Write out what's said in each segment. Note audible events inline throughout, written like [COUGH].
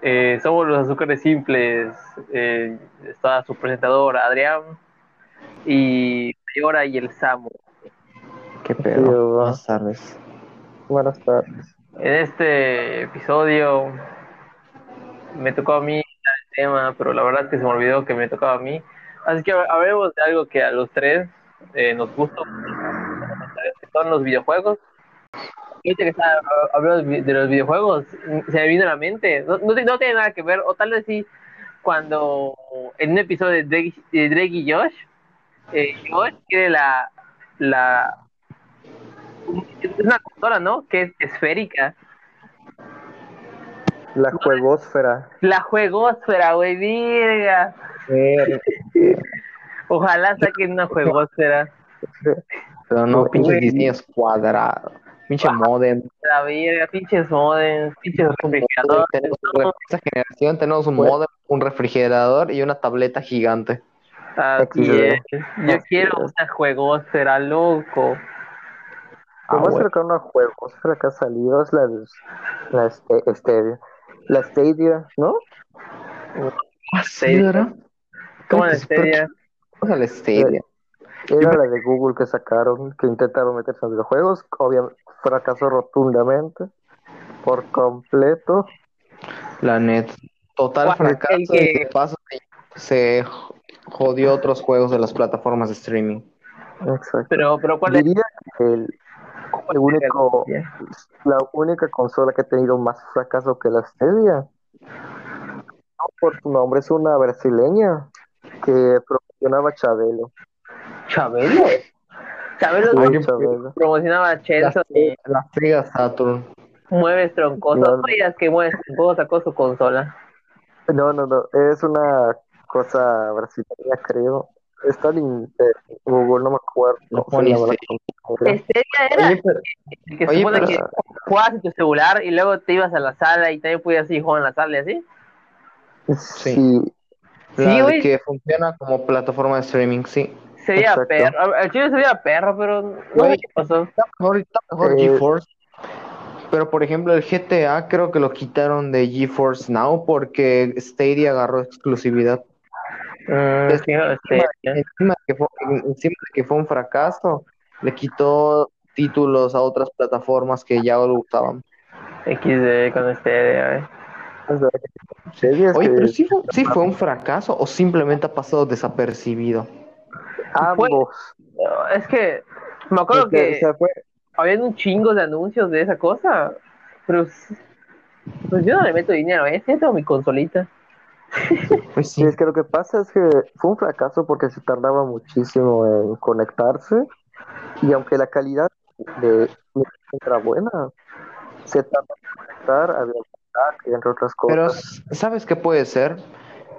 Eh, somos los azúcares simples. Eh, está su presentador Adrián y Mayora y el Samu. Qué pedo. Sí, va. Buenas tardes. Buenas tardes. En este episodio me tocó a mí el tema, pero la verdad es que se me olvidó que me tocaba a mí. Así que hablemos de algo que a los tres eh, nos gusta, que son los videojuegos. Ahorita que está hablando de los videojuegos, se me vino a la mente. No, no, no tiene nada que ver, o tal vez sí, cuando en un episodio de Drake, de Drake y Josh, eh, Josh tiene la, la. Es una consola, ¿no? Que es esférica. La juegosfera. La juegosfera, güey, virga. Ver, Ojalá saquen una juegosfera. Pero no, Güey. pinches diseños cuadrados. Pinche Ajá. modem. La verga, pinches modems, pinches refrigeradores. Tenemos un ¿no? re- Esta generación tenemos un Güey. modem, un refrigerador y una tableta gigante. Así Así es. es. Yo quiero es. una juegosfera, loco. lo Ah, más güey. cercano a juegosfera que ha salido es la, de- la este, Stadia. La Stadia, ¿no? ¿Así era? Ah, ¿Cómo Ay, la pues, ¿por serie? qué no la Stadia? Eh, Era la de Google que sacaron, que intentaron meterse en los videojuegos. Obviamente fracasó rotundamente, por completo. La net. Total Guau, fracaso. el que- y de paso se- se jo- jodió otros juegos de las plataformas de streaming. Exacto. Pero, pero ¿cuál es? Diría que el, el único, la única consola que ha tenido más fracaso que la Stadia. No por su nombre, es una brasileña que promocionaba Chabelo. Chabelo. Chabelo Ay, no qué Chabelo. promocionaba a Chelso de La Sega Saturn. Mueves Troncoso. No, No no. digas que Mueves Troncoso sacó su consola. No, no, no, es una cosa brasileña, creo. Está en eh, Google, no me acuerdo. No cómo se llama la consola. Esteria Este era Oye, pero- el que oye, supone pero- que jugabas en tu celular y luego te ibas a la sala y también podías ir jugando en la sala y así. Sí. Sí, Sí, La de güey. que funciona como plataforma de streaming, sí. Sería Exacto. perro. El chile sería perro, pero no sé Güey. qué pasó. Está mejor, está mejor Eh. GeForce. Pero por ejemplo, el GTA creo que lo quitaron de GeForce Now porque Stadia agarró exclusividad. Mm, sí, Esteria. Encima de que fue, en- encima de que fue un fracaso, le quitó títulos a otras plataformas que ya lo usaban. XD con Esteria, eh. o sea, series Oye, que pero sí fue, sí fue un fracaso o simplemente ha pasado desapercibido. ambos. No, Es que me acuerdo Porque, que o sea, fue- habían un chingo de anuncios de esa cosa, pero s- pues yo no le meto dinero, ¿eh? Yo tengo mi consolita. Pues sí, sí, es que lo que pasa es que fue un fracaso porque se tardaba muchísimo en conectarse y aunque la calidad de era buena, se tardaba en conectar, había ataque, entre otras cosas. Pero s- ¿sabes qué puede ser?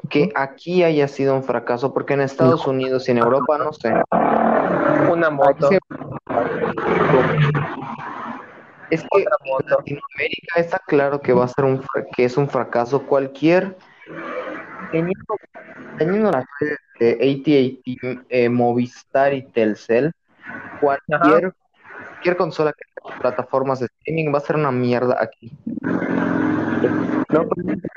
Que aquí haya sido un fracaso, porque en Estados Unidos y en Europa, no sé. Una moto, Aquí Es que otra moto. en América está claro que va a ser un fra- que es un fracaso cualquier teniendo, teniendo Este la fe de AT&T, eh, Movistar y Telcel, cualquier cualquier consola que tenga plataformas de streaming va a ser una mierda aquí. No,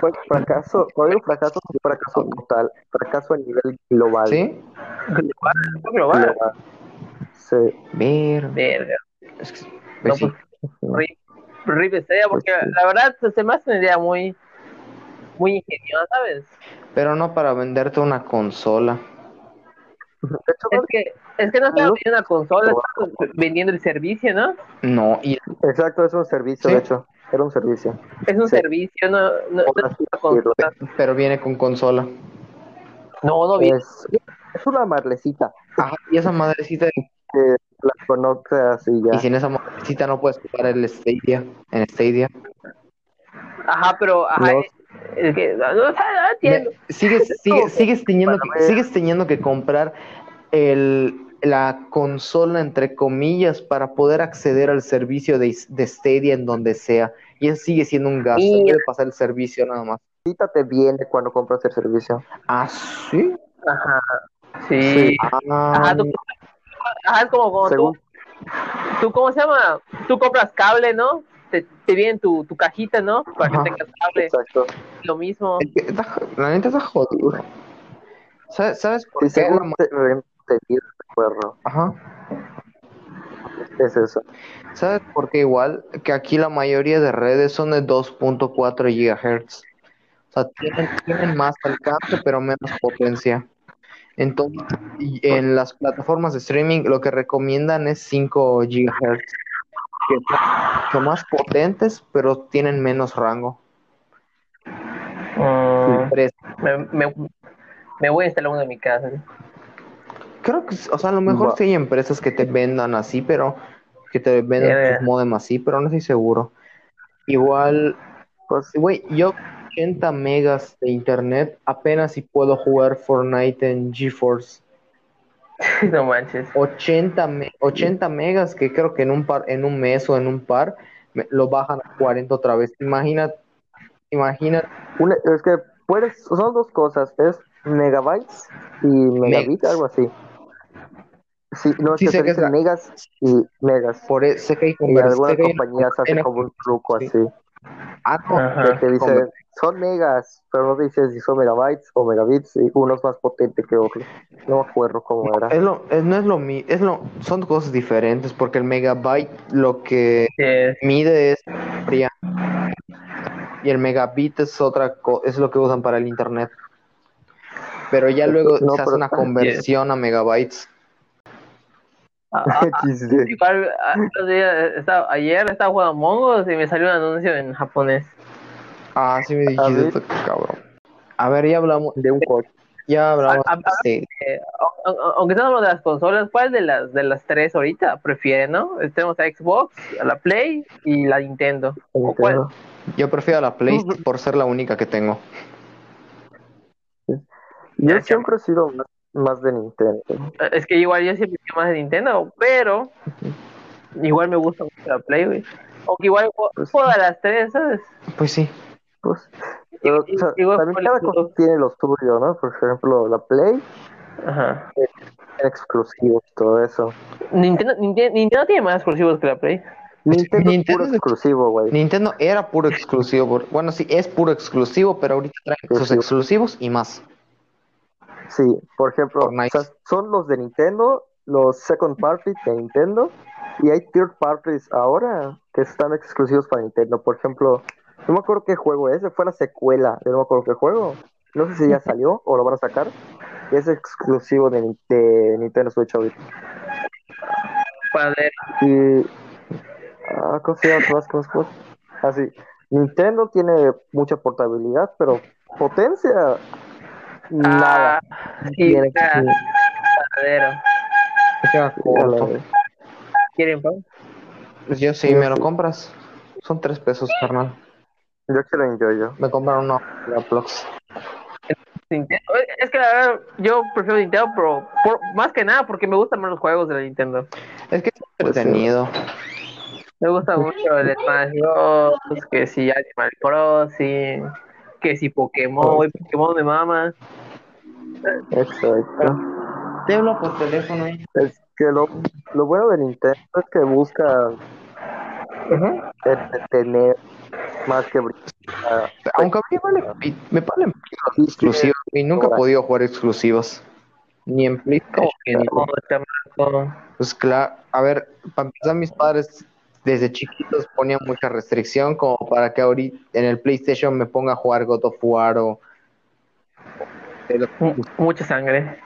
fue fracaso, no digo fracaso, sino fracaso total, fracaso a nivel global. ¿Sí? Global, global. Global. Sí. Ver, Verga. es que- pues No, sí. pues, rip, rip Esteria, porque Pues sí. la verdad se me hace una idea muy, muy ingeniosa, ¿sabes? Pero no para venderte una consola. De hecho, Es que, es que no estaba No. vendiendo una consola, estaba vendiendo el servicio, ¿no? No, y Exacto, es un servicio, Sí. de hecho. Era un servicio. Es un Sí. servicio, no, no, no es una consola. pero viene con consola. No, no, bien. Es, es una marlecita Ajá, y esa madrecita que la conoce así ya. Y sin esa cita no puedes jugar el Stadia, en Stadia. Ajá, pero, ajá, No. es que, no, no, no entiendo. Me- sigues, sigue- como que- sigues teniendo que, Bueno, sigues teniendo que comprar el, la consola, entre comillas, para poder acceder al servicio de, de Stadia en donde sea. Y eso sigue siendo un gasto. Y- Puede pasar el servicio nada más. Cita te viene cuando compras el servicio. Ah, sí. Ajá, sí. Ah, Ajá, tú, ajá, es como, como tú, Según- tú, ¿cómo se llama? Tú compras cable, ¿no? te, te viene tu, tu cajita, ¿no? Para que Ajá. tengas cable, Exacto. lo mismo. Es que está jo- la neta está jodido. Sa- ¿Sabes por Y qué? la según ma- te reemplazado perro. Ajá. Es eso. ¿Sabes por qué igual? Que aquí la mayoría de redes son de 2.4 GHz. O sea, tienen, tienen más alcance, pero menos potencia. Entonces, y en las plataformas de streaming lo que recomiendan es 5 GHz, que son mucho más potentes, pero tienen menos rango. Mm, Tres. me, me, me voy a instalar uno en mi casa. [LAUGHS] Creo que, o sea, a lo mejor Va. sí hay empresas que te vendan así, pero que te vendan Eh. tus modem así, pero no estoy seguro. Igual, Pues güey, yo 80 megas de internet apenas si puedo jugar Fortnite en GeForce. no manches. 80, me- 80 megas que creo que en un par en un mes o en un par me- lo bajan a 40 otra vez. Imagina imagina Una, es que puedes, son dos cosas, es megabytes y megabit, Megas. algo así. Sí, no, es Sí, que sé se que es dicen la- megas y megas. por e- sé que hay Y conver- algunas sé que hay- compañías hacen en- como un truco sí. así, ah, no, Ajá. que te dicen, conver- son megas, pero no te dicen si son megabytes o megabits, y uno es más potente que otro. No me acuerdo cómo [LAUGHS] era. es lo- es- no es lo mi- es lo son cosas diferentes porque el megabyte lo que Eh, mide es fría. y el megabit es otra co- es lo que usan para el internet pero ya luego No, se hace pero- una conversión a megabytes a- a- XD. ah, igual, a- otro día, estaba- ayer estaba jugando Mongos y me salió un anuncio en japonés. ah sí me A ver. dijiste cabrón a ver ya hablamos De un coche. ya hablamos A- a- a- sí. Eh, a- a- aunque estamos hablando de las consolas, ¿cuál de las de las tres ahorita prefiere, no? Eh, Tenemos a Xbox, a la Play y la Nintendo. ¿O cuál? Nintendo. yo prefiero la Play Ujú. por ser la única que tengo Yo Ya, siempre he sido más, más de Nintendo. Eh, Es que igual yo siempre fui más de Nintendo, pero igual me gusta mucho la Play, güey. Aunque igual ju- Pues- juego a las tres, ¿sabes? pues sí Pues, pero, o sea, Igual también con cada las cosa dos. tiene lo suyo, ¿no? Por ejemplo, la Play Ajá. tiene exclusivos y todo eso. Nintendo, Nintendo, Nintendo tiene más exclusivos que la Play. Nintendo, es Nintendo puro es- exclusivo, güey. Nintendo era puro exclusivo por- bueno sí es puro exclusivo pero ahorita traen sus exclusivos y más Sí, por ejemplo, Fortnite. o sea, son los de Nintendo, los second party de Nintendo, y hay third parties ahora que están exclusivos para Nintendo. Por ejemplo, no me acuerdo qué juego es, fue la secuela, yo no me acuerdo qué juego. No sé si [LAUGHS] ya salió o lo van a sacar. y Es exclusivo de, Nin- de Nintendo Switch ahorita. Padre. Y. Ah, ¿cómo se llama? ¿Cómo es? ¿Cómo es? ¿Cómo es? Ah, sí. Nintendo tiene mucha portabilidad, pero potencia. Nada. Ah, sí, Tiene que- ah, padero. Hola. ¿Quieren pan? Pues yo sí Yo me lo sí. compras son tres pesos carnal Yo quiero en yo me compraron una la Plox. Nintendo. Eh, Es que la verdad, yo prefiero Nintendo, pero por- más que nada porque me gustan más los juegos de la Nintendo. Es que es Pues sí. entretenido. Me gusta mucho el Smash Bros. Que si Animal Crossing, que si Pokémon, güey, Pokémon de mama. Exacto. Te hablo por teléfono. ¿eh? Es que lo, lo bueno de Nintendo es que busca entretener más que brillar. Aunque a mí vale pi- me valen Sí, sí, exclusivos. Y nunca he podido jugar exclusivos. Ni en PlayStation. Como que no, chamaco. Pues claro, a ver, para empezar, mis padres desde chiquitos ponían mucha restricción como para que ahorita en el PlayStation me ponga a jugar God of War o... Mu- Mucha sangre.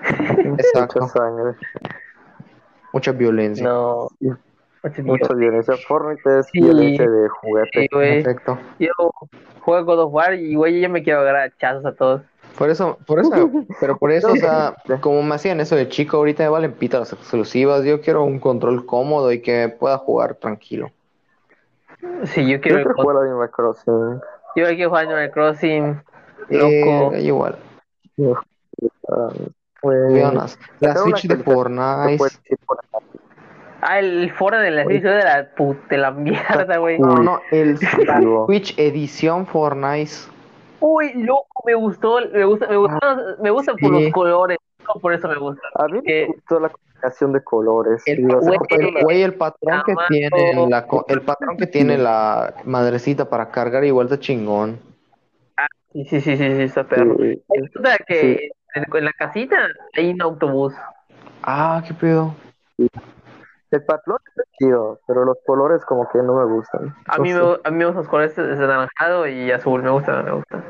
Exacto. Mucha sangre, Mucha violencia. No. Sí. Mucha mucha violencia. Fortnite es Sí. violencia de juguete. Sí, güey. Perfecto. Yo juego God of War y, güey, yo ya me quiero agarrar a chazos a todos. Por eso, por [LAUGHS] eso, pero por eso, o sea, como me hacían eso de chico, ahorita me valen pita las exclusivas. Yo quiero un control cómodo y que pueda jugar tranquilo. Sí, yo Yo quiero, quiero jugar a Animal Crossing. yo quiero jugar Animal Crossing. Eh, Loco. igual, Yo- ah, güey. veanas. La Sacaron una Switch de Se Fortnite. puede decir Pues, eh, por acá. Ah, el foro de la Switch de la put- de la mierda, güey. No, no, el la Digo. Switch edición Fortnite. Uy, loco, me gustó, me gusta, me gusta, me gusta por Sí. los colores, no por eso me gusta. A mí me Eh. gustó la comunicación de colores. El, Y, o sea, güey, por ejemplo, el, güey, el patrón que Amado. tiene la co- el patrón que tiene la madrecita para cargar igual está chingón. Sí, sí, sí, sí, sí, está perro. sí, Resulta que Sí. en, en la casita hay un autobús. Ah, qué pedo. el patrón es chido, pero los colores como que no me gustan. A mí, me, No sé, a mí me gustan los colores es anaranjado y azul, me gusta, me gusta.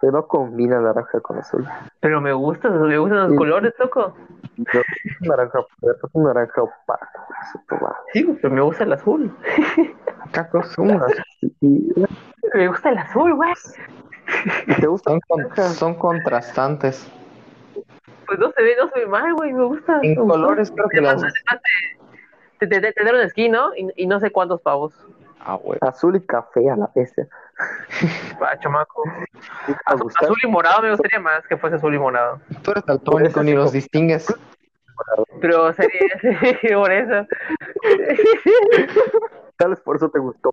que no combina naranja con azul. Pero me gustan, me gustan los Sí. colores, loco. No, es un naranja, es un naranja opaco. así, toma. Sí, pero me gusta el azul. Cacos, Ah, son, Y- y- Me gusta el azul, güey. y te gusta son con- son contrastantes. Pues no se ve, no se ve mal, güey, me gusta. En me gustó. colores creo que Además, las además te, te, te, te dieron esquí, ¿no? Y, y no sé cuántos pavos. ah, güey. azul y café a la vez. eh. Ah, chamaco. Sí, a Azul, gustar. azul y morado me gustaría más que fuese azul y morado. Tú eres daltónico ni los distingues. Pero sería [LAUGHS] por eso. Tal vez por eso te gustó.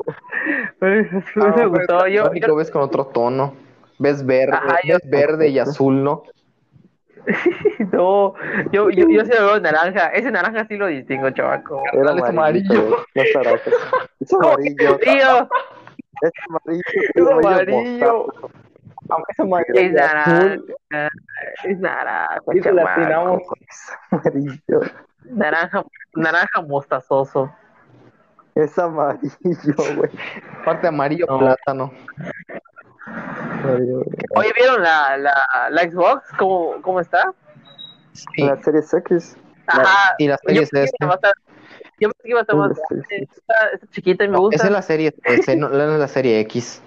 Eso me gustó. Yo, Daltónico ves con otro tono. Ves verde, Ajá, yo- ves verde y azul, ¿no? [LAUGHS] no, yo, yo, yo sí lo veo naranja. Ese naranja sí lo distingo, chavaco. Era Dale, es amarillo. amarillo. güey, No es naranja. [LAUGHS] Es Tío, amarillo. Es amarillo. es amarillo amarillo. mostaza. Es amarillo. Es naranja. Es naranja, chamaco. Es amarillo. Naranja, naranja mostazoso. Es amarillo, [LAUGHS] güey. Parte amarillo No. plátano. Amarillo, güey. Oye, ¿vieron la, la, la Xbox? ¿Cómo, ¿Cómo está? Sí. La serie X. Ajá. y la Yo serie este. pensé que S. iba a estar- yo pensé que iba a estar más Sí, sí, grande. Está, está chiquita y me Pues, No, esa gusta. es la serie S, no, no es la serie X.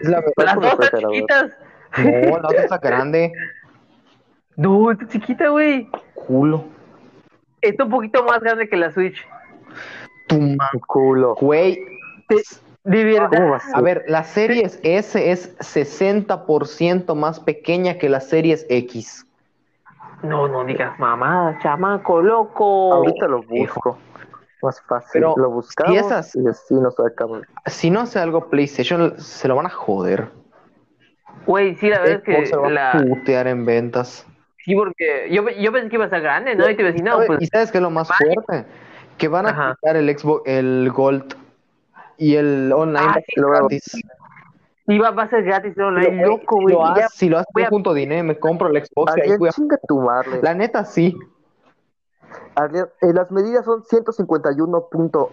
Es la Pero es Las un dos están refrigerador. chiquitas. No, la otra está grande. No, está chiquita, güey. Culo. Está un poquito más grande que la Switch. Tu ma- Un culo. Güey. De ¿Cómo verdad. vas? A ver, la serie S es 60% más pequeña que la serie X. No, no digas mamada, chamaco, loco. Ahorita lo busco. Más fácil. Pero, lo buscamos si esas- y así nos sacamos. Si no hace algo PlayStation, se lo van a joder. Güey, sí, la verdad es Xbox que se lo va a la... putear en ventas. Sí, porque yo, yo pensé que iba a estar grande, ¿no? Y te decía, no, ¿Sabes? ¿Y pues... sabes qué es lo más fuerte? Que van a Ajá. quitar el Xbox, el Gold y el online Ah, va a sí, ser claro. gratis. Sí, va, va a ser gratis, no, la Pero, güey, loco, si güey. lo ya- haces- si lo haces voy a- yo junto dinero, me compro el Xbox y ahí Ariel, voy a- chinga tu madre. La neta sí. Ariel, eh, las medidas son 151 punto...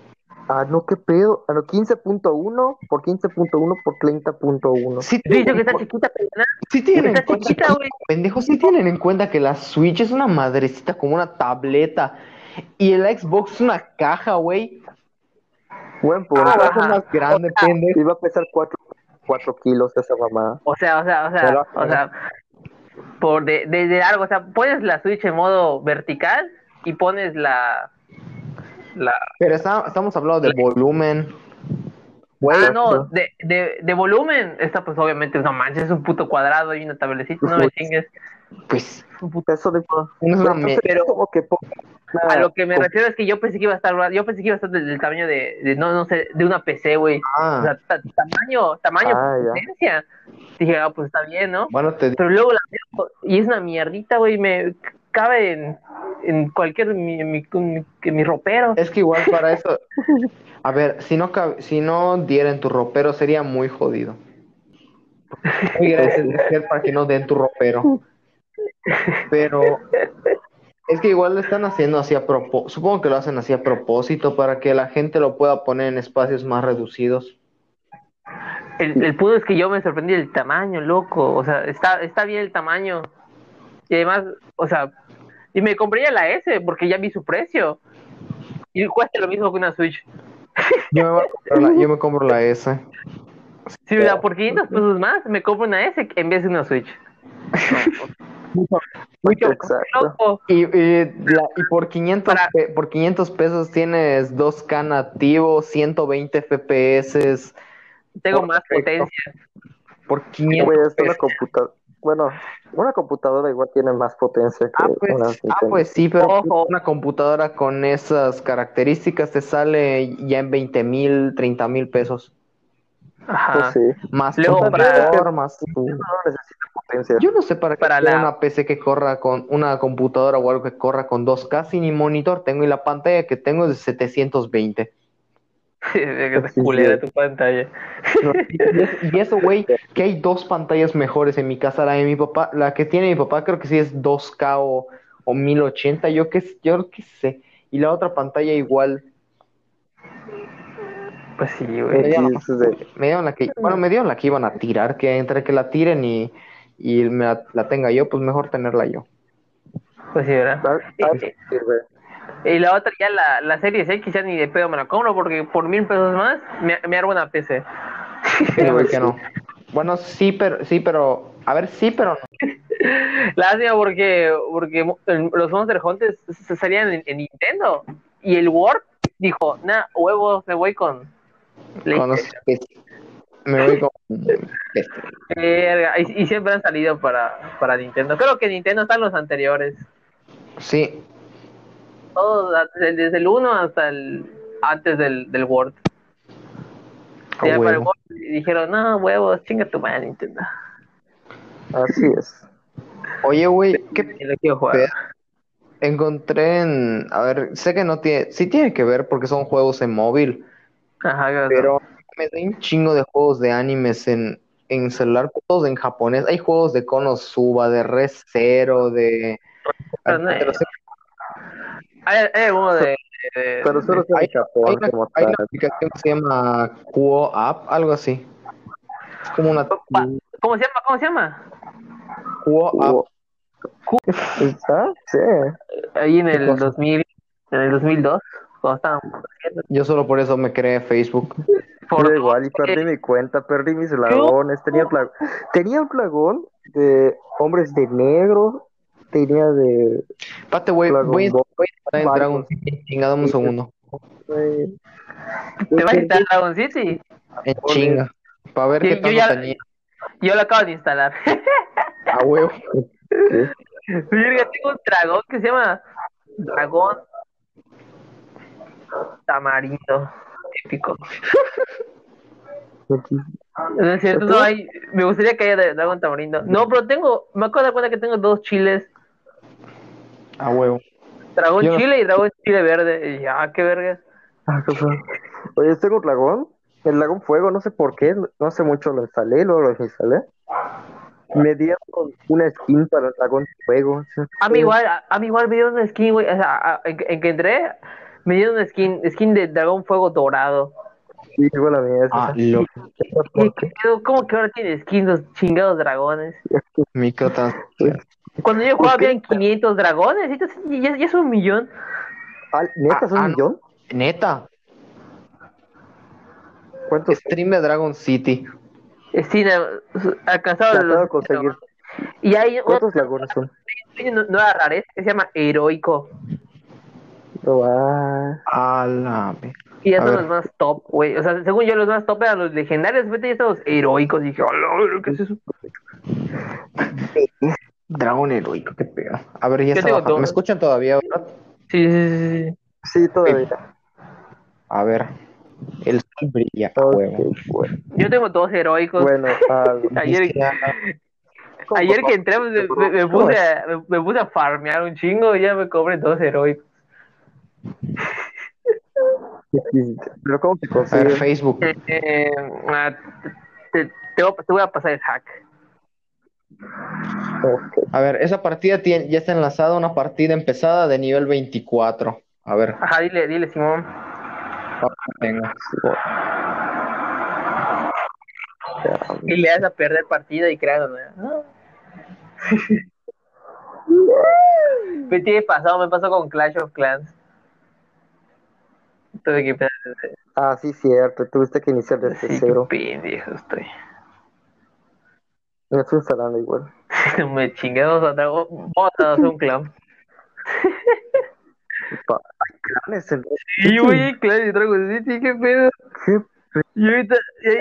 Ah, no, qué pedo. Ah, no, 15.1 por 15.1 por 30.1. Sí, Te he tienen- dicho que está chiquita, pero nada, sí tienen está en cuenta, chiquita, güey. pendejos, sí tienen en cuenta que la Switch es una madrecita como una tableta y el Xbox es una caja, güey. Buen punto. Una Ah, caja ajá. más grande, pendejo. Iba a pesar 4, kilos esa mamada. O sea, o sea, o sea, Pero- o sea, por de, desde algo, o sea, pones la Switch en modo vertical y pones la la ah, Pero está- estamos hablando de volumen. Güey, Ah, no, de, de, de volumen, esta pues obviamente no manches, es un puto cuadrado y una tablecita, no me chingues. pues Eso de no es una me- Entonces, pero- como que po- Ah, A lo que me como- refiero es que yo pensé que iba a estar, yo pensé que iba a estar del, del tamaño de, de- no, no sé, de una PC, güey. Ah. O sea, ta- tamaño, tamaño, Ah, ya. potencia. Dije, ah, pues está bien, ¿no? Bueno, te Pero luego la veo y es una mierdita, güey, me cabe en, en cualquier mi, mi, mi- que mi ropero. es que igual para [LAUGHS] eso. A ver, si no cab- si no dieran tu ropero sería muy jodido. Muy gracias mujer, para que no den tu ropero. Pero es que igual lo están haciendo así a propósito. Supongo que lo hacen así a propósito para que la gente lo pueda poner en espacios más reducidos. El, el punto es que yo me sorprendí del tamaño, loco. O sea, está, está bien el tamaño. Y además, o sea, y me compré ya la S porque ya vi su precio. Y cuesta lo mismo que una Switch. Yo me, voy a comprar la- yo me compro la S. Si me da por 500 pesos más, me compro una S en vez de una Switch. Exacto. Loco. Y, y la- y por 500 Para- pe- por 500 pesos tienes 2K nativo, 120 FPS. Tengo más Perfecto. potencia. Por Güey, 500 es una pesos. computadora. Bueno, una computadora igual tiene más potencia que Ah una pues, ah, Nintendo. pues sí, pero Ojo. una computadora con esas características te sale ya en 20 mil, 30 mil pesos. Ajá. Pues sí. Más Luego, para- computador, más... No necesita potencia. Yo no sé para qué Para quiero la- una PC que corra con una computadora o algo que corra con 2K sin ni monitor tengo y la pantalla que tengo es de 720. [LAUGHS] que Pues te culera tu pantalla. Y es- Y eso, güey, que hay dos pantallas mejores en mi casa. La de mi papá, la que tiene mi papá creo que sí es 2K o, o 1080, yo qué, yo qué sé. Y la otra pantalla igual, Pues sí, Sí, güey. Pero ya no. sí, sí. me dieron la que, bueno, me dieron la que iban a tirar, que entre que la tiren y, y me la, la tenga yo, pues mejor tenerla yo. Pues sí, ¿verdad? Ah, ah, Eh, sirve. Y la otra, ya la, la Series X ya ni de pedo me la compro porque por mil pesos más me, me armo una PC. Créeme que no. Bueno, sí, pero, sí, pero, a ver, sí, pero no. Lástima porque, porque mo- el- los Monster Hunter s- s- salían en, en Nintendo y el Word dijo, nah, huevos, me voy con... la Con los PC. Me voy con PC. verga". Y, y siempre han salido para, para Nintendo. Creo que Nintendo están los anteriores. Sí, Todos, hasta el- desde el 1 hasta el... antes del, del Word. a Ya para el huevo. Word dijeron, no, huevos, chinga tu madre Nintendo. Así es. Oye, güey, ¿qué Y lo quiero jugar. Pero- Encontré en, a ver, sé que no tiene, sí tiene que ver porque son juegos en móvil, Ajá, claro. pero me da un chingo de juegos de animes en, en celular, todos en japonés. Hay juegos de Konosuba, de Re Zero, de... Pero no eh, Pero es- sé- Hay, hay alguno eh, de... de- Pero solo de- está Hay- en Japón hay, una, como hay una tal. aplicación que se llama Quo App, algo así. Es como una Pa- ¿Cómo se llama? ¿Cómo se llama? Quo App. Ah, sí. Ahí en el cosa? 2000, en el 2002, cuando estábamos haciendo Yo solo por eso me creé Facebook. por Yo igual y perdí mi cuenta, perdí mis lagones, tenía, pla- tenía un plagón de hombres de negro, tenía de... Pate, güey, Dragon voy, Ball, voy a entrar en Mario. Dragon City, chingada, un segundo. de- te vas a instalar Dragon City. En chinga. Para ver Sí, qué yo tanto ya- tenía. Yo lo acabo de instalar. [LAUGHS] A huevo. Verga, tengo un dragón que se llama Dragón Tamarindo. Típico. No es cierto, no hay. Me gustaría que haya de- Dragón Tamarindo. No, pero tengo. Me acabo de dar cuenta que tengo dos chiles: A huevo. Dragón Yo no- Chile y Dragón Chile Verde. Y ya, qué verga. Ah, qué feo. Oye, tengo un dragón, el dragón fuego, no sé por qué, no hace mucho lo instalé, luego lo desinstalé. Me dieron una skin para el dragón fuego. A mí igual, a, a mí igual me dieron una skin, güey. O sea, a- a- en, que- en que entré, me dieron una skin, skin de Dragón Fuego Dorado. Sí, igual a mí es. Ah, lo Y qué pedo, ¿Cómo que ahora tiene skin los chingados dragones? microtransacción. Cuando yo jugaba habían 500 dragones, entonces ya, ya es un millón. Ah, ¿Neta es un Ah, ah, no. millón? Neta, ¿Cuántos stream de Dragon City. Eh, Sí, na- alcanzaba tratado de los. conseguir? Y hay una ¿Cuántos dragones son? hay una nueva rareza que se llama Heroico. No, ah, A la ve- Y ya A son ver. los más top, güey. O sea, según yo, los más top eran los legendarios. De repente ya están los heroicos. Y dije, "Oh, hola, ¿qué es eso? Dragon heroico, qué pega. A ver, ya Yo está tengo bajando. todo. ¿Me escuchan todavía, verdad? Sí, sí, sí. sí. sí, todavía. A ver. El sol brilla, a Ok, huevo. bueno. Yo tengo dos heroicos. [LAUGHS] Bueno, ah, Ayer, Pues, ayer que entré me, me- me puse a, me, me puse a farmear un chingo y ya me cobré dos heroicos. pero ¿cómo se A ver, consigue? Facebook. Eh, eh, ah, te, te- te voy a- te voy a pasar el hack. Ok. A ver, esa partida tiene, ya está enlazada, una partida empezada de nivel 24. A ver, Ajá, dile, dile, Simón. venga. Y le das a perder partida y creas una nueva. Me tiene pasado, me pasó con Clash of Clans. Tuve que empezar desde Ah, sí, cierto, tuviste que iniciar desde sí, cero. qué pendejo estoy. [LAUGHS] Me estoy instalando igual. Me chingué dos a Dragon- vamos a hacer un clan. Pa- Ay, clanes, el- Y güey, Clash y Dragon City, qué pedo. ¿Qué? Y ahorita, y,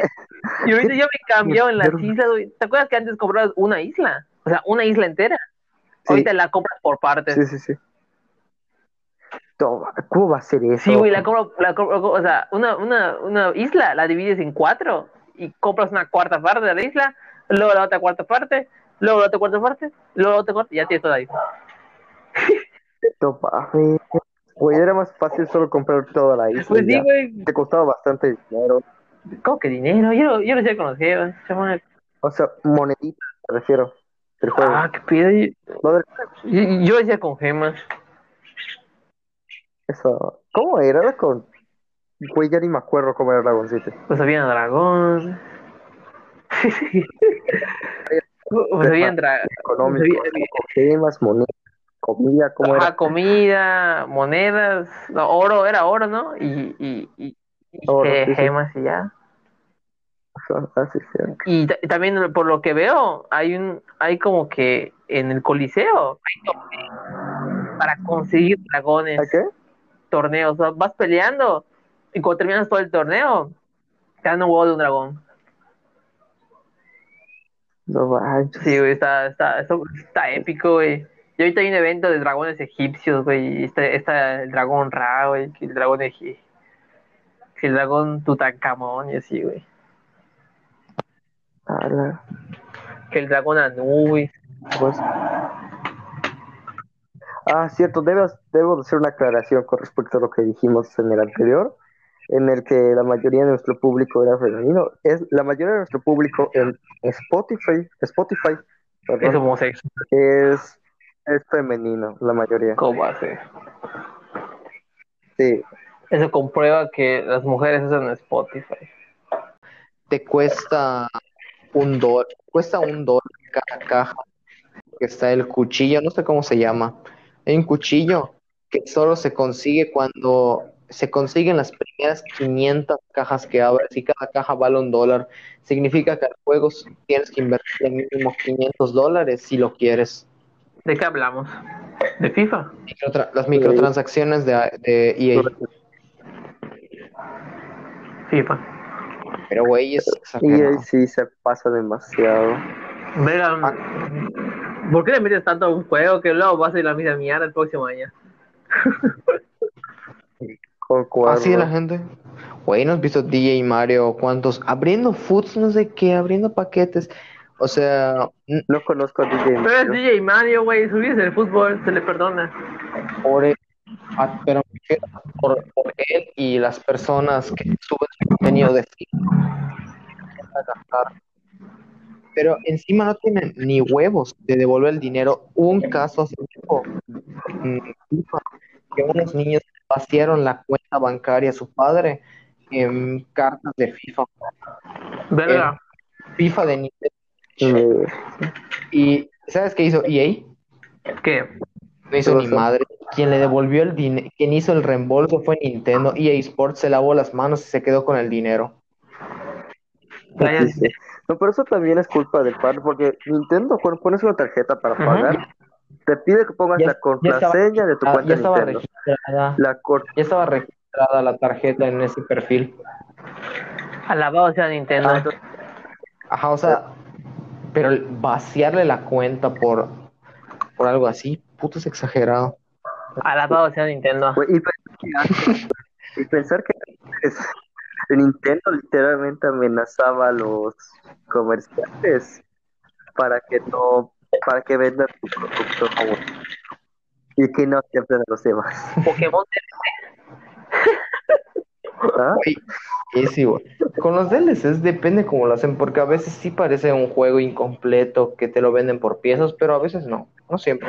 y ahorita ya me he cambiado en las islas, güey. ¿Te acuerdas que antes comprabas una isla? O sea, una isla entera. Sí. Ahorita la compras por partes. Sí, sí, sí. Toma, ¿cómo va a ser eso? Sí, güey, la compro, la compro- o sea, una, una, una isla la divides en cuatro y compras una cuarta parte de la isla, luego la otra cuarta parte, Luego la otra cuarta parte, luego la otra cuarta, ya tienes todo ahí. No mames. Güey, era más fácil solo comprar toda la isla. Pues y sí, ya. güey, Te costaba bastante dinero. ¿cómo que dinero? Yo, no- yo no sé con los jefes, chaval. O sea, moneditas, me refiero. Del juego. Ah, qué pedo. Yo, No del- yo- yo decía con gemas. eso. ¿Cómo era? Era con. Güey, ya ni me acuerdo cómo era Dragon City. Pues había [LAUGHS] dragón. pues había dra Económico. Sí, sí. con temas, monedas, comida, ¿cómo pues Ajá, era? comida, monedas, no, oro, era oro, ¿no? Y, y, y, y Oro, ge- sí, sí. gemas y ya. Ah, sí, sí. Y ta- también por lo que veo, hay un, hay como que en el Coliseo, hay como que para conseguir dragones, ¿A ¿Ah, qué? torneos, o sea, vas peleando y cuando terminas todo el torneo, te dan un huevo de un dragón. No manches. Sí, güey, está, está, está, está épico, güey. Y ahorita hay un evento de dragones egipcios, güey. y Está, está el dragón Ra, güey. que El dragón egipcio. El dragón Tutankamón y así, güey. A la- Que el dragón Anubis. pues. Ah, cierto, debo, debo hacer una aclaración con respecto a lo que dijimos en el anterior, en el que la mayoría de nuestro público era femenino. Es, la mayoría de nuestro público en Spotify, Spotify, Es perdón, homosexual. es, es femenino, la mayoría. ¿Cómo hace? Sí, Eso comprueba que las mujeres usan Spotify. te cuesta un dólar, cuesta un dólar cada caja que está el cuchillo, no sé cómo se llama. Hay un cuchillo que solo se consigue cuando se consiguen las primeras 500 cajas que abres y cada caja vale un dólar. Significa que al juego tienes que invertir mínimo 500 dólares si lo quieres. ¿De qué hablamos? ¿De FIFA? Microtra- las microtransacciones de, de E EA. FIFA. Pero güey, es y ahí exagerado. E sí se pasa demasiado. Ah. Verga. ¿Por qué le metes tanto a un juego que luego vas a ir a la misma mierda el próximo año? Concuerdo. Así de Ah, la gente. Güey, ¿no has visto DJ Mario? ¿Cuántos? Abriendo foods, no sé qué, abriendo paquetes. O sea, n- No conozco a DJ Pero es Mario. DJ Mario, güey. Subirse el fútbol, se le perdona. por él- ah, pero me refiero por, por él y las personas que suben su contenido de Facebook. Pero encima no tienen ni huevos de devolver el dinero. Hubo un caso hace poco en FIFA, que unos niños vaciaron la cuenta bancaria a su padre en cartas de FIFA. Verga. FIFA de Nintendo. Me- ¿Y sabes qué hizo EA? Eh. ¿Qué? No hizo ni pasó? madre. Quien le devolvió el dinero, quien hizo el reembolso fue Nintendo. EA Sports se lavó las manos y se quedó con el dinero. Vaya, Sí, sí. No, pero eso también es culpa del padre, porque Nintendo, cuando pones una tarjeta para Ajá. pagar, te pide que pongas Ya- la ya contraseña de tu Ah, cuenta ya estaba Nintendo. registrada. La cor- Ya estaba registrada la tarjeta en ese perfil. Alabado sea Nintendo. Ah, Ajá, o sea, pero el vaciarle la cuenta por, por algo así, puto es exagerado. Alabado sea Nintendo. güey, y, pensar que, y pensar que antes Nintendo literalmente amenazaba a los comerciantes para que no, para que vendan tu producto güey, y que no acepten a los demás. Pokémon ¿Ah? Y sí, güey. Con los DLCs depende cómo lo hacen, porque a veces sí parece un juego incompleto que te lo venden por piezas, pero a veces no, no siempre.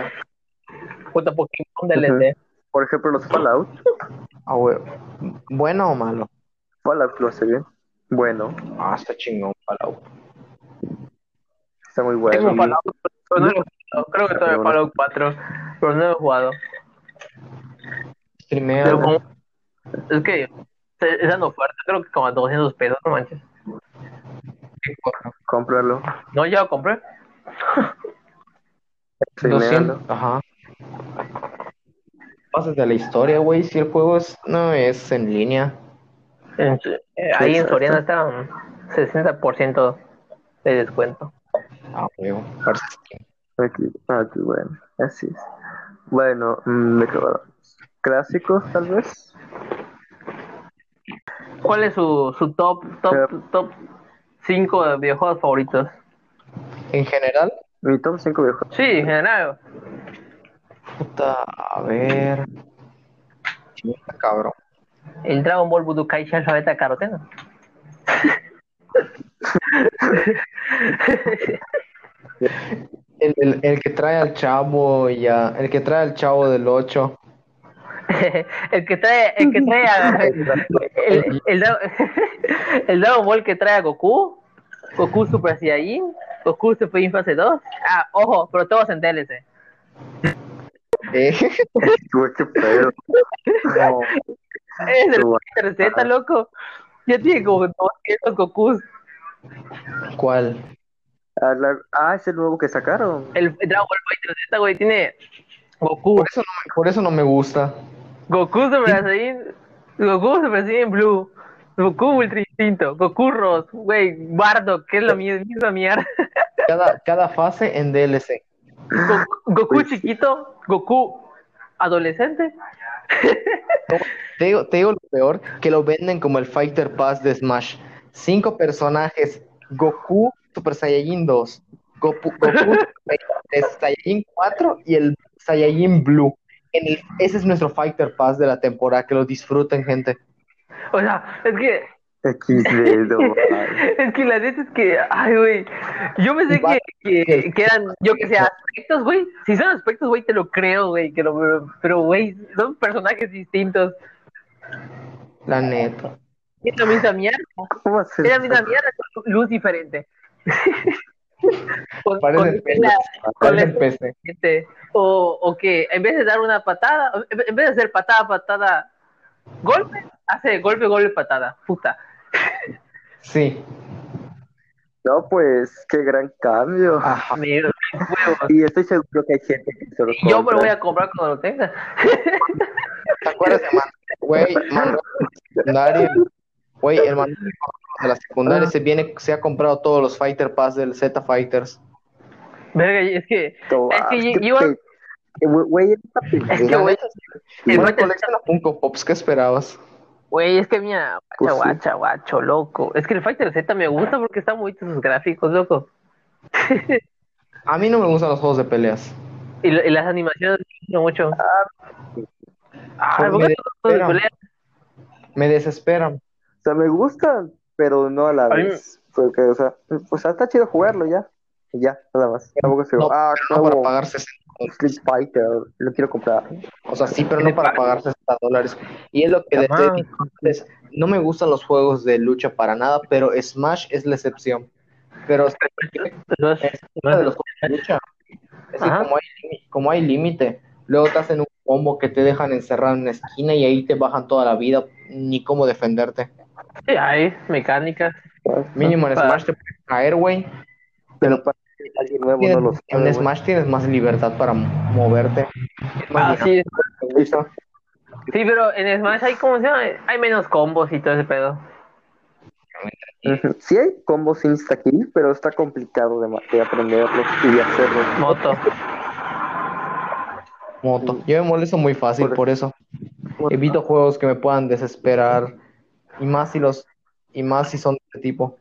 puta Pokémon DLC. Por ejemplo, los Fallout, Ah, güey. Bueno o malo. Fallout lo hace bien. Bueno, Ah, está chingón, Fallout. está muy Tengo bueno. Fallout, pero no lo he jugado. Creo que todavía Fallout 4, pero no lo he jugado. Pero Streamea. como... Es que es dando oferta, creo que como a 200 pesos, no manches. Cómpralo. No, ya lo compré. 200. Streamealo. Ajá. Pasas de la historia, güey. Si el juego es, no es en línea. En- eh, ahí en Soriana está un 60% de descuento. Ah, güey. parece Steam. Aquí, aquí, bueno, así es. Bueno, mm, de qué hablamos? clásicos tal vez. ¿Cuál es su, su top, top, top 5 de videojuegos favoritos? En general, Mi top 5 videojuegos. Sí, en general. Puta, a ver. Chinga, cabrón. El Dragon Ball Budokai Shansa Beta Caroteno. El, el- el que trae al chavo y a- el que trae al chavo del 8. [LAUGHS] el que trae, el que trae a, el, el, Dra- [LAUGHS] el Dragon Ball que trae a Goku, Goku Super Saiyajin, Goku Super Saiyan Fase 2. Ah, ojo, pero todos en DLC. Eh, [LAUGHS] Güey, qué pedo. [LAUGHS] No, Es el [LAUGHS] Qué guay. receta, loco. Ya tiene como 200 Gokus. [LAUGHS] ¿Cuál? a la- Ah, es el nuevo que sacaron. El Dragon Ball Fighter Z, güey, tiene Goku, Por eso no me, por eso no me gusta. Goku Super Saiyan, Goku Super Saiyan Blue, Goku Ultra Instinto, Goku Ross, güey, Bardo, que es la mi- misma mierda. Cada, cada fase en DLC. Goku, Goku chiquito, Goku adolescente. Te digo, te digo lo peor, que lo venden como el Fighter Pass de Smash. Cinco personajes. Goku Super Saiyajin 2. Goku, Goku Super Saiyajin 4 y el Saiyajin Blue. En el- ese es nuestro Fighter Pass de la temporada. Que lo disfruten, gente. O sea, es que, [LAUGHS] XD, no, ay. es que la neta es que, ay, güey, yo pensé que, que, que eran, yo que sé, aspectos, güey. Si son aspectos, güey, te lo creo, güey, que lo- pero, güey, son personajes distintos. La neta. Es la misma mierda, ¿Cómo va a ser? es la misma mierda con luz diferente. con, con Parece- la- con la- Parece PC. Este, o, o que en vez de dar una patada, en en vez de hacer patada, patada, golpe, hace golpe, golpe, patada, puta. Sí. No, pues, qué gran cambio. Ajá. Me- huevos. Y estoy seguro que hay gente que se lo Yo me compra. lo voy a comprar cuando lo tenga. ¿Te acuerdas de Man- Güey, Manuel de secundaria. Güey, el Manuel de la secundaria se viene, se ha comprado todos los Fighter Pass del Z Fighters. Verga, es que, es que Qué yo- pe- eh, güey, Güey, eres una es que, pendeja. güey, Y El una Fighter- colección de Funko Pops, ¿qué esperabas? güey, es que mira, Pues guacha, sí. guacha, guacho, loco. Es que el Fighter Z me gusta porque está muy sus gráficos, loco. A mí no me gustan los juegos de peleas. Y, lo- y las animaciones me gustan mucho. Ah, ¿por qué Pues me no los desesperan. peleas? Me desesperan. O sea, me gustan, pero no a la A mí- vez. Porque, o sea, pues está chido jugarlo ya. Y Ya, nada más. Tampoco se No, ah, No para nuevo pagar 60 dólares. Street Fighter, lo quiero comprar. O sea, sí, pero no para pagar 60 dólares. Y es lo que desde Jamás. entonces, no me gustan los juegos de lucha para nada, pero Smash es la excepción. Pero es No es- no uno de es- los juegos de lucha. Es que Ajá. como hay, limi- como hay límite, luego te hacen un combo que te dejan encerrado en una esquina y ahí te bajan toda la vida, ni cómo defenderte. sí, hay mecánicas. Mínimo en Pa- Smash te puedes caer, güey. Pero para alguien nuevo no lo En sabe. güey. Smash tienes más libertad para mo- moverte. Es Ah, más sí, dinámico. Sí, pero en Smash hay como se llama, hay menos combos y todo ese pedo. Ujú. Sí hay combos insta aquí, pero está complicado de, ma- de aprenderlos y de hacerlos. Moto. Moto. Yo me molesto muy fácil Por- ah. por eso. Evito juegos que me puedan desesperar. Y más si los y más si son de este tipo.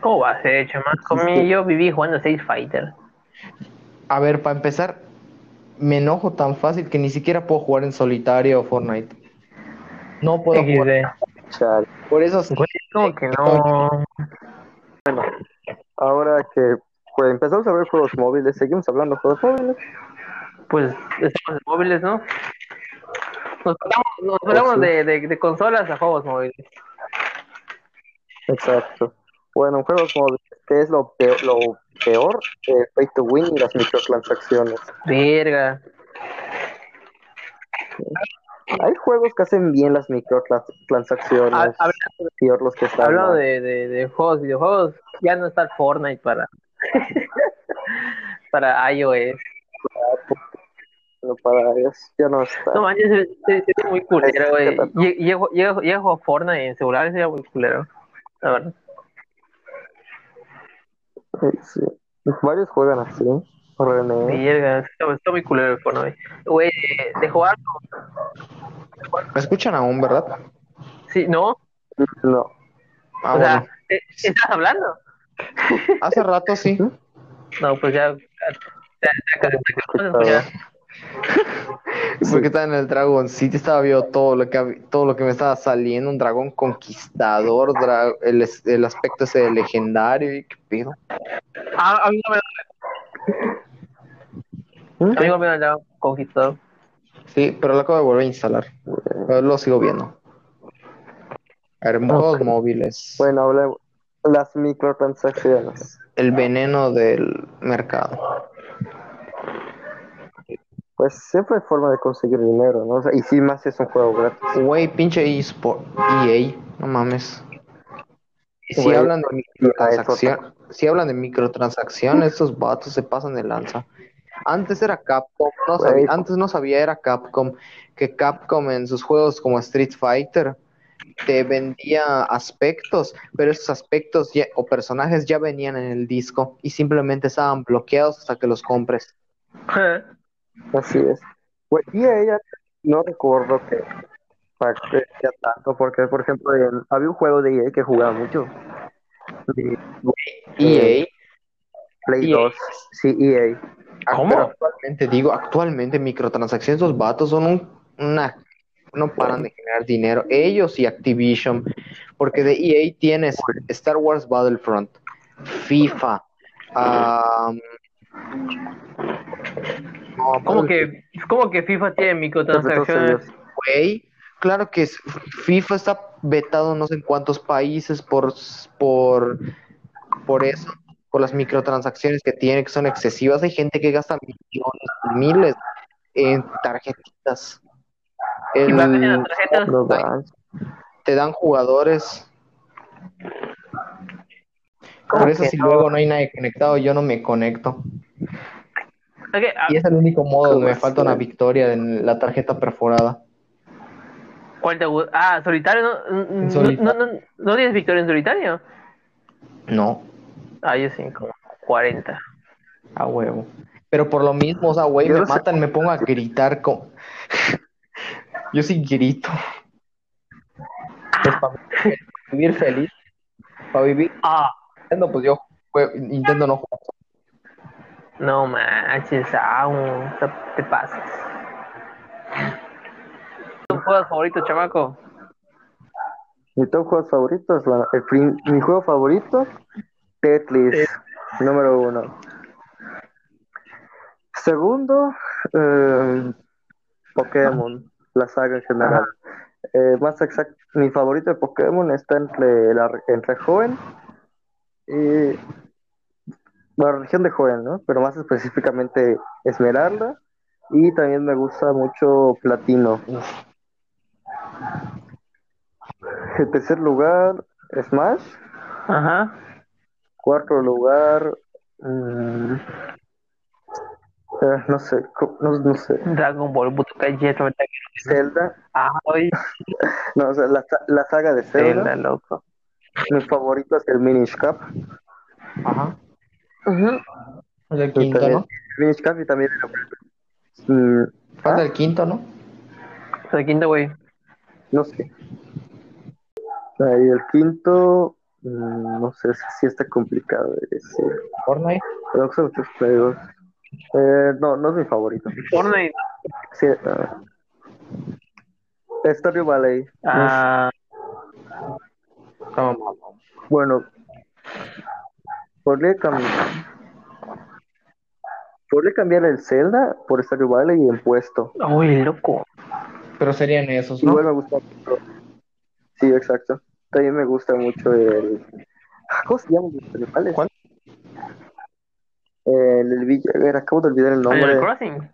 ¿Cómo va a ser, chamán? Comí, yo viví jugando Street Fighter. A ver, para empezar, me enojo tan fácil que ni siquiera puedo jugar en solitario o Fortnite. No puedo jugar. XD. Chale. Por eso sí, Güey, como que no. Ahora que pues, empezamos a ver juegos móviles, seguimos hablando de juegos móviles. Pues estamos en móviles, ¿no? Nos pasamos, nos pasamos sí. de, de, de consolas a juegos móviles. Exacto. Bueno, en juegos móviles, ¿qué es lo peor? Lo peor eh, pay to win y las microtransacciones. Verga. Hay juegos que hacen bien las microtransacciones. Ha- habla- peor los que están. Ah, Hablando mal. de, de, de juegos, videojuegos, ya no está el Fortnite para. [LAUGHS] para iOS. Pero para ellos ya no está. No manches, se, se- se ve muy culero, güey. Lle- Llego, llego, llego a Fortnite en celular, se ve muy culero. La verdad. Sí, sí. Varios juegan así. Ah. René. Verga, está, está muy culero el Fortnite. Güey, de, de jugar, me escuchan aún, ¿verdad? sí, ¿no? No. Ah, o sea, ¿e, bueno. eh, ¿estás hablando? [LAUGHS] Hace rato sí. No, pues ya. ya, ya, ya, ya, ya. Porque estaba en el Dragon City, estaba viendo todo lo que hab- todo lo que me estaba saliendo, un dragón conquistador, dra- el, es- el aspecto ese de legendario y qué pedo. Ah, a mí no me ¿Mm? da. A mí no me da ya conquistador. Sí, pero lo acabo de volver a instalar. Eh, Lo sigo viendo. Hermosos Ok. móviles. Bueno, hablemos. Las microtransacciones. El veneno del mercado. Pues siempre hay forma de conseguir dinero, ¿no? O sea, y si más si es un juego gratis. Güey, pinche eSport. EA, no mames. Y Si Güey, hablan, de a eso microtransacción, si hablan de microtransacciones, estos vatos se pasan de lanza. Antes era Capcom, no Güey. sabía- antes no sabía, era Capcom, que Capcom en sus juegos como Street Fighter te vendía aspectos, pero esos aspectos ya- o personajes ya venían en el disco y simplemente estaban bloqueados hasta que los compres. Así es. Güey, y a ella no recuerdo que para que sea tanto, porque por ejemplo en- había un juego de EA que jugaba mucho. De EA, [LAUGHS] Play EA. 2. Sí, E EA. ah, ¿Cómo? pero actualmente digo, actualmente microtransacciones, esos vatos son un- una no paran de generar dinero, ellos y Activision, porque de EA tienes Star Wars Battlefront, FIFA, ah, no, ¿Cómo que, ¿Cómo que FIFA tiene microtransacciones? güey, claro que es- FIFA está vetado no sé en cuántos países por, por, por eso, por las microtransacciones que tiene, que son excesivas. Hay gente que gasta millones, miles en tarjetitas. ¿Y El- para qué las tarjetas? No manches. te dan jugadores. ¿Cómo Por eso que si no? luego no hay nadie conectado, yo no me conecto. Ok, ah, Y es el único modo donde me ¿Cómo falta una así? victoria en la tarjeta perforada. ¿Cuál te gusta? Ah, solitario. No, no, solitario. no, no- ¿no tienes victoria en solitario? No, Ah, yo sí, como 40. a huevo. Pero por lo mismo, o sea, güey, Yo me no sé. matan, me pongo a gritar como... [LAUGHS] yo sí grito. Pues para vivir feliz, para vivir Ah, Nintendo, pues yo jue- intento no jugar. no manches, aún. te pasas. ¿Tu juego favorito, chamaco? Mi top juegos favoritos, la- el prim- mi juego favorito, Tetris, número uno. Segundo, eh, Pokémon, la saga en general. Eh, más exacto, mi favorito de Pokémon está entre, la, re- entre Joven y la región de Joven, ¿no? Pero más específicamente Esmeralda. Y también me gusta mucho Platino. En tercer lugar, Smash. Ajá. Cuarto lugar, mm, eh, no sé, co- no, no sé, Dragon Ball, Budokai Jet, Metal Gear. Zelda. Ay, No, o sea, la, sa- la saga de Zelda. Zelda, loco. Mi favorito es el Minish Cap. Ajá. Ujú. Es el Y quinto, también- ¿no? Minish Cap y también el- mm, Falta el quinto, ¿no? O sea, quinto, güey. no sé. Ahí el quinto, mm, no sé si está complicado de decir. Fortnite. Pero son muchos juegos. Eh, no, no es mi favorito. Fortnite. Sí, ah. Stardew Valley. Ah, Está mamado. Bueno, podría cambiar. Podría cambiar el Zelda por Stardew Valley y el puesto. uy, loco. Pero serían esos, ¿no? Igual me gusta mucho. Sí, exacto. También me gusta mucho el. Ah, ¿Cómo se llama el Stardew Valley? ¿Cuál? El, el Villa- a ver, acabo de olvidar el nombre. Animal Crossing.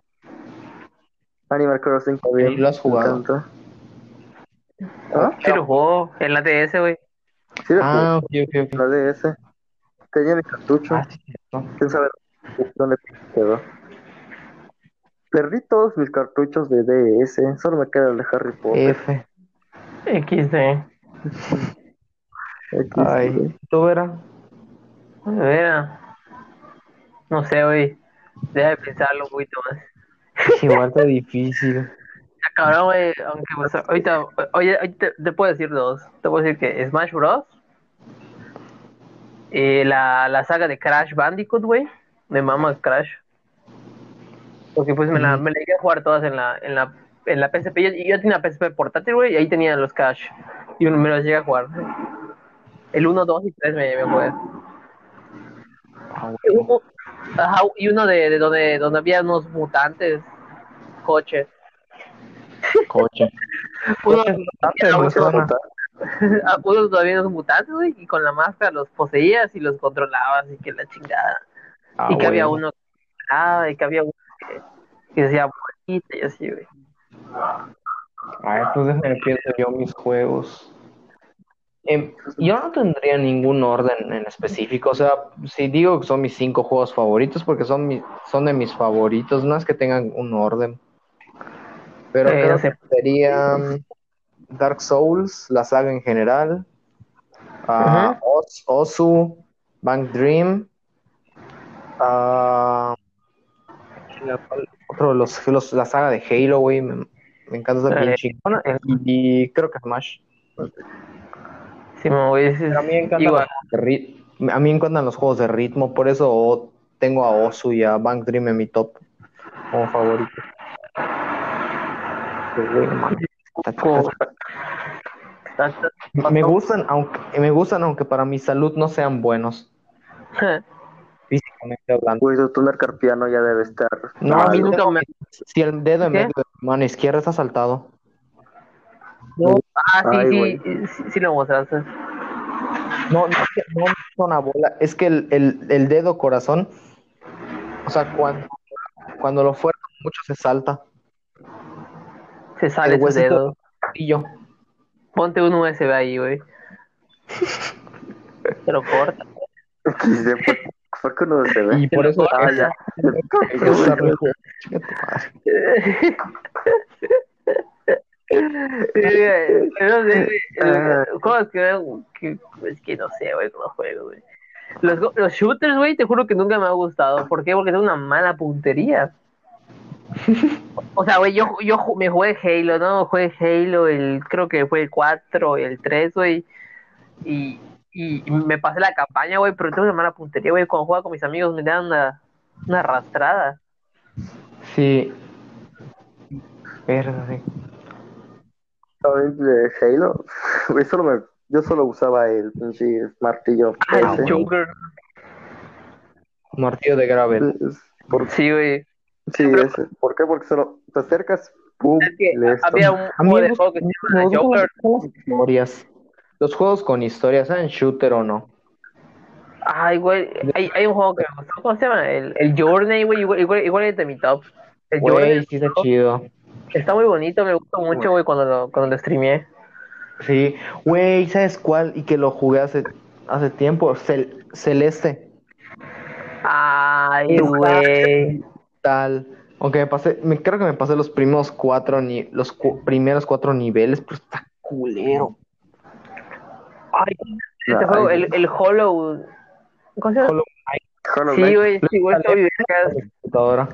Animal Crossing también. Sí, lo has Me jugado. encanta. ¿Ah? Sí lo jugó en la DS, güey. Sí, lo jugué. Ah, ok, ok, ok. La DS. Tenía mi cartucho. Ah, sí, cierto. Quién sabe dónde quedó. Perdí todos mis cartuchos de DS. Solo me queda el de Harry Potter. F. XD. Aquí sí. Ay, tú verás. Mira. No sé, güey. Deja de pensarlo un poquito más. pues, Igual está [LAUGHS] difícil. Ah, Cabrón, güey. Aunque pues, ahorita, oye, ahorita te, puedo decir dos. Te puedo decir que Smash Bros. Eh, la, la saga de Crash Bandicoot, güey. me mama Crash. Porque pues me la, me la llegué a jugar todas en la, en la, en la PSP. Yo, yo tenía PSP portátil, güey, y ahí tenía los Crash. Y me los llegué a jugar. El 1, 2 y 3 me, me jugué. Y uno- ajá, y uno de, de donde, donde había unos mutantes, coches. Coche. Uno, Antes, uno- no se va a notar. [LAUGHS] a unos todavía unos mutantes, güey, y con la máscara los poseías y los controlabas y que la chingada. Ah, y que había güey. uno que ah, y que había uno que, que decía bonita y así, güey. Ay, pues déjame pienso yo mis juegos. Em, yo no tendría ningún orden en específico. O sea, si digo que son mis cinco juegos favoritos, porque son, mi- son de mis favoritos, no es que tengan un orden. Pero Eh, creo ya sé. que sería mm, Dark Souls, la saga en general, ah, Os- Osu, Bank Dream, ah, otro, los, los- la saga de Halo, güey, me, me encanta esa Eh, pinche Bueno, eh, y creo que Smash. sí, me voy a decir, Pero a mí me encantan igual, los juegos de rit- A mí me encantan los juegos de ritmo, por eso tengo a Osu y a Bank Dream en mi top como favorito. poco- [LAUGHS] tanto- Me gustan, aunque me gustan aunque para mi salud no sean buenos físicamente hablando. Güey, tú carpiano ya debe estar. No, a mal. mí nunca me... Si el dedo en ¿Qué? medio de mi mano izquierda está saltado. Ah, sí, Ay, sí, güey. sí, sí lo mostraste. No, no, es que- no es una bola, es que el, el- el dedo corazón, o sea, cuando, cuando lo fuerza mucho se salta. Se sale El tu huesito. dedo. Y yo, Ponte un USB ahí, [LAUGHS] güey. Te lo corta. [LAUGHS] XD, fue- Fue con los bebés. [LAUGHS] y pues, por eso Ah, ya. hay [LAUGHS] que usarlo, hijo de chinga tu madre. Eh, no sé, güey, Ah. juegos que, veo que- es que no sé, güey, cómo juego, güey. Los, go- los shooters, güey, te juro que nunca me ha gustado. ¿Por qué? Porque tengo una mala puntería. O sea, güey, yo, yo ju- me jugué Halo, ¿no? Jugué Halo, el, creo que fue el 4, el 3, güey. Y, y me pasé la campaña, güey, pero tengo una mala puntería, güey. Cuando jugaba con mis amigos me dan una, una arrastrada. Sí. Verga, sí. ¿Sabes de Halo? Güey, solo me- Yo solo usaba el pinche martillo. Ah, el Ah, ese. güey. Joker. Un martillo de gravel. Es- por- Sí, güey. Sí, ese. ¿Por qué? Porque solo te acercas, pum, Es que listo. había un A mí juego me de gusta- juego que se llama me gustan Joker. los juegos con historias. Los juegos con historias, sean shooter o no. Ay, güey, hay, hay un juego que me gustó, ¿cómo se llama? El, el Journey, güey, igual, igual, igual es de mi top. El Güey, Journey sí está chido. está muy bonito, me gustó mucho, güey, cuando lo, cuando lo streameé. Sí. Güey, ¿sabes cuál? Y que lo jugué hace, hace tiempo. Cel- Celeste. Ay, Pero, güey. Tal. Aunque me pasé, me, creo que me pasé los primeros cuatro, ni, los cu- primeros cuatro niveles, pero está culero. Ay, este Ay, juego, el, el Hollow. ¿Cómo se llama? Hollow Hollow Sí, Knight. güey, sí, güey, está muy a vergas. mi computadora.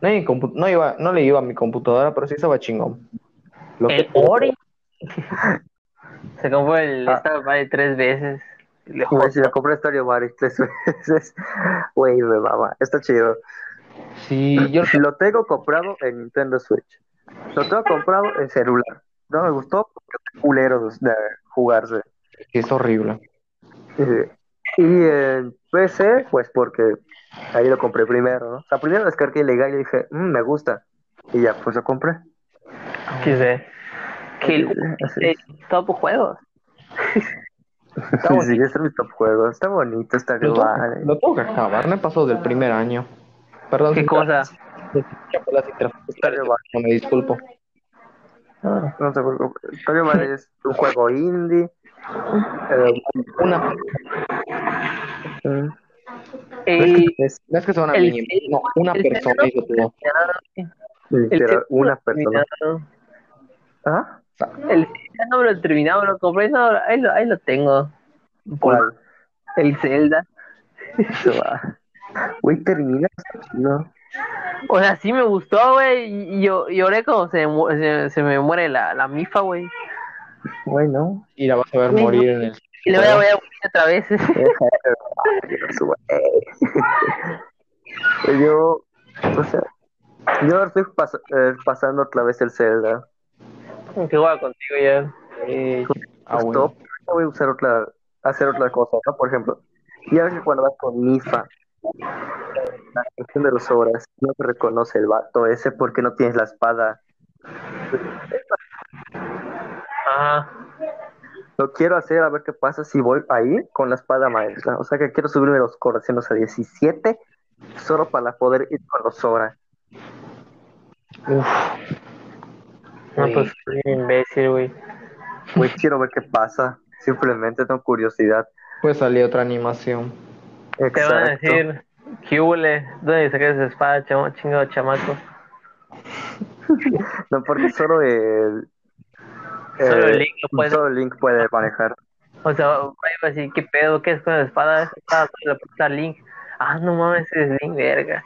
No, mi compu- no iba, no le iba a mi computadora, pero sí estaba chingón. Lo El que- Ori. Se compró el Ah. esta madre tres veces. Le jugó. Güey, si la compré Estadio Mari tres veces. [LAUGHS] Güey, me mama. Está chido. Sí, yo Lo tengo comprado en Nintendo Switch. Lo tengo comprado en celular. No me gustó porque es culero de jugarse. es horrible. Eh, Y en PC, pues porque ahí lo compré primero, ¿no? O sea, primero descargué ilegal y dije, "Mm, me gusta. Y ya, pues lo compré. Sí, sé. Que el, Así el es. eh, top juegos. Está bonito. Sí, este es mi top juego. Está bonito, está Lo tengo, global. lo tengo que acabar, me pasó del primer año. Perdón, ¿Qué si- cosa? chapulas y Estadio tra- Mari. no me disculpo. No te preocupes. Estadio Mari es un juego [LAUGHS] indie. Eh, Una, mm, El, no es que sea una El- mini, no, una el- persona hizo todo. literal, una persona. terminado. ¿Ah? El Zelda no me lo he terminado, lo compré, no, ahí lo, ahí lo tengo. ¿Cuál? El Zelda. Se va. Güey, termina. está chido. O sea, sí me gustó, güey. Y yo lloré como se, mu- se, se me muere la, la mifa, güey. Güey, no. Y la vas a ver morir en el. [LAUGHS] Y le voy a, voy a morir otra vez. Deja de- Ay, no, su- eh. [LAUGHS] Yo, o sea, yo ahora estoy pas- eh, pasando otra vez el Zelda. Qué guay contigo ya. Eh, ah, Pues bueno. top, ahorita voy a usar otra, hacer otra cosa, ¿no? Por ejemplo, ya ves que cuando vas con Nifa, la cuestión de los horas, no te reconoce el vato ese porque no tienes la espada. Ajá. Lo quiero hacer a ver qué pasa si voy ahí con la espada maestra. O sea que quiero subirme los corazones a 17 solo para poder ir con los horas. No, Sí. pues soy un imbécil, güey. Güey, Pues quiero ver qué pasa. Simplemente tengo curiosidad. Pues salió otra animación. Te van a Exacto. decir, ¿qué hule? ¿Dónde sacas esa espada, chamo- chingado chamaco? No, porque solo el. [LAUGHS] Solo eh, el Link lo puede- solo Link puede manejar. O sea, va a decir, ¿qué pedo? ¿Qué es con la espada? Esa espada solo la puede usar Link. Ah, no mames, es Link, verga.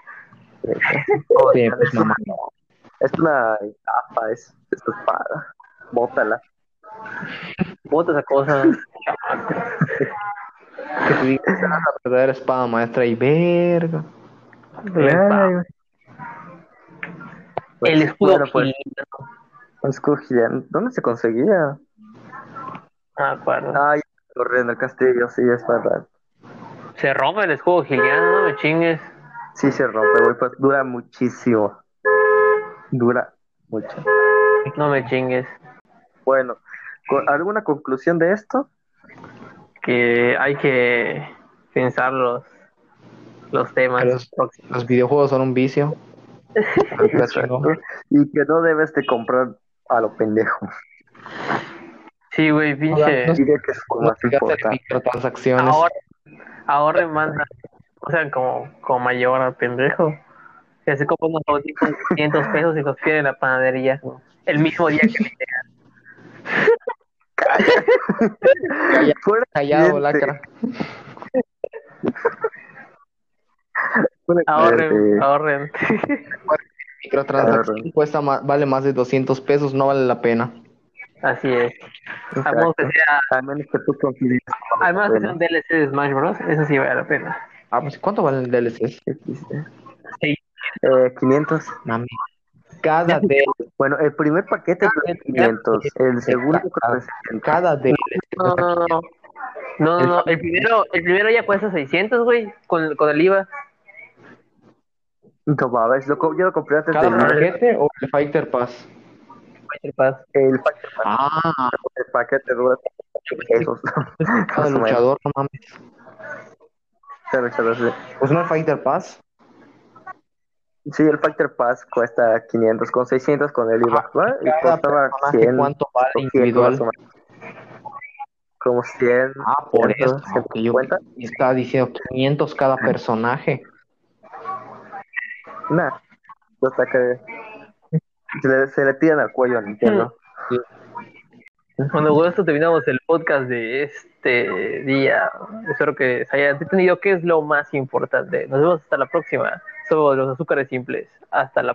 Oh, Sí, pues, es, una, es una estafa, es, es tu espada. Bótala. Bota esa [LAUGHS] cosa. Que te digas, "Ah, la verdadera espada maestra y verga. Epa. Pues, el escudo bueno, pues, un escudo gigante. ¿Dónde se conseguía? Ah, acuerdo. Ay, corre en el castillo, sí, es verdad. Se rompe el escudo giliano, no me chingues. Sí se rompe, güey, pues dura muchísimo. Dura mucho. No me chingues. Bueno, ¿con- ¿alguna conclusión de esto? Que hay que pensar los, los temas. Pero es- Los videojuegos son un [LAUGHS] vicio. pues, Está chingón. Y que no debes de comprar a lo pendejo. Sí, güey, pinche. No sé, Diría que es lo No más te gastes en importante. microtransacciones. Ahora, ahora manda, o sea, como, como mayor al pendejo, que se compra unos audífonos de 500 pesos y los pide en la panadería el mismo día que le llega. Fuera Callado, cliente. lacra. Fuera este, cliente. Ahorren, ahorren. Microtransacción Claro. cuesta ma- vale más de 200 pesos, no vale la pena. Así es. Al menos que Exacto. sea, Al menos que tú confíes. al menos que [LAUGHS] sea un DLC de Smash Bros. Eso sí vale la pena. Ah, pues ¿cuánto vale el DLC? Sí, Eh, 500. Mami. Cada, de- Bueno, el primer Ah, paquete cuesta 500. El segundo cuesta 600. cada DLC. no, no, no, no. No, no, no. El primero, el primero ya cuesta 600, güey, con, con el IVA. No mames, lo co- yo lo compré antes ¿Cada de paquete o el Fighter Pass? Fighter Pass. el, pa- Ah, el paquete dura 8 pesos. [LAUGHS] cada luchador, no mames. Pero, chavos, Pues no el Fighter Pass. Sí, el Factor Pass cuesta 500, con 600 con el IVA. ¿va? Y Cada costaba personaje, 100. ¿cuánto vale o 100 individual? más o menos. Como 100. Ah, por eso. 100, Que yo 150. estaba diciendo 500 cada personaje. Nah, hasta que se le, se le tiran al cuello a Nintendo. Hmm. Bueno, con esto terminamos el podcast de este día. Espero que se hayan entendido qué es lo más importante. Nos vemos hasta la próxima. Somos los azúcares simples. Hasta la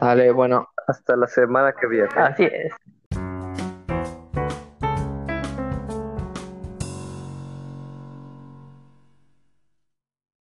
Dale, bueno. Hasta la semana que viene. Ah, Así es.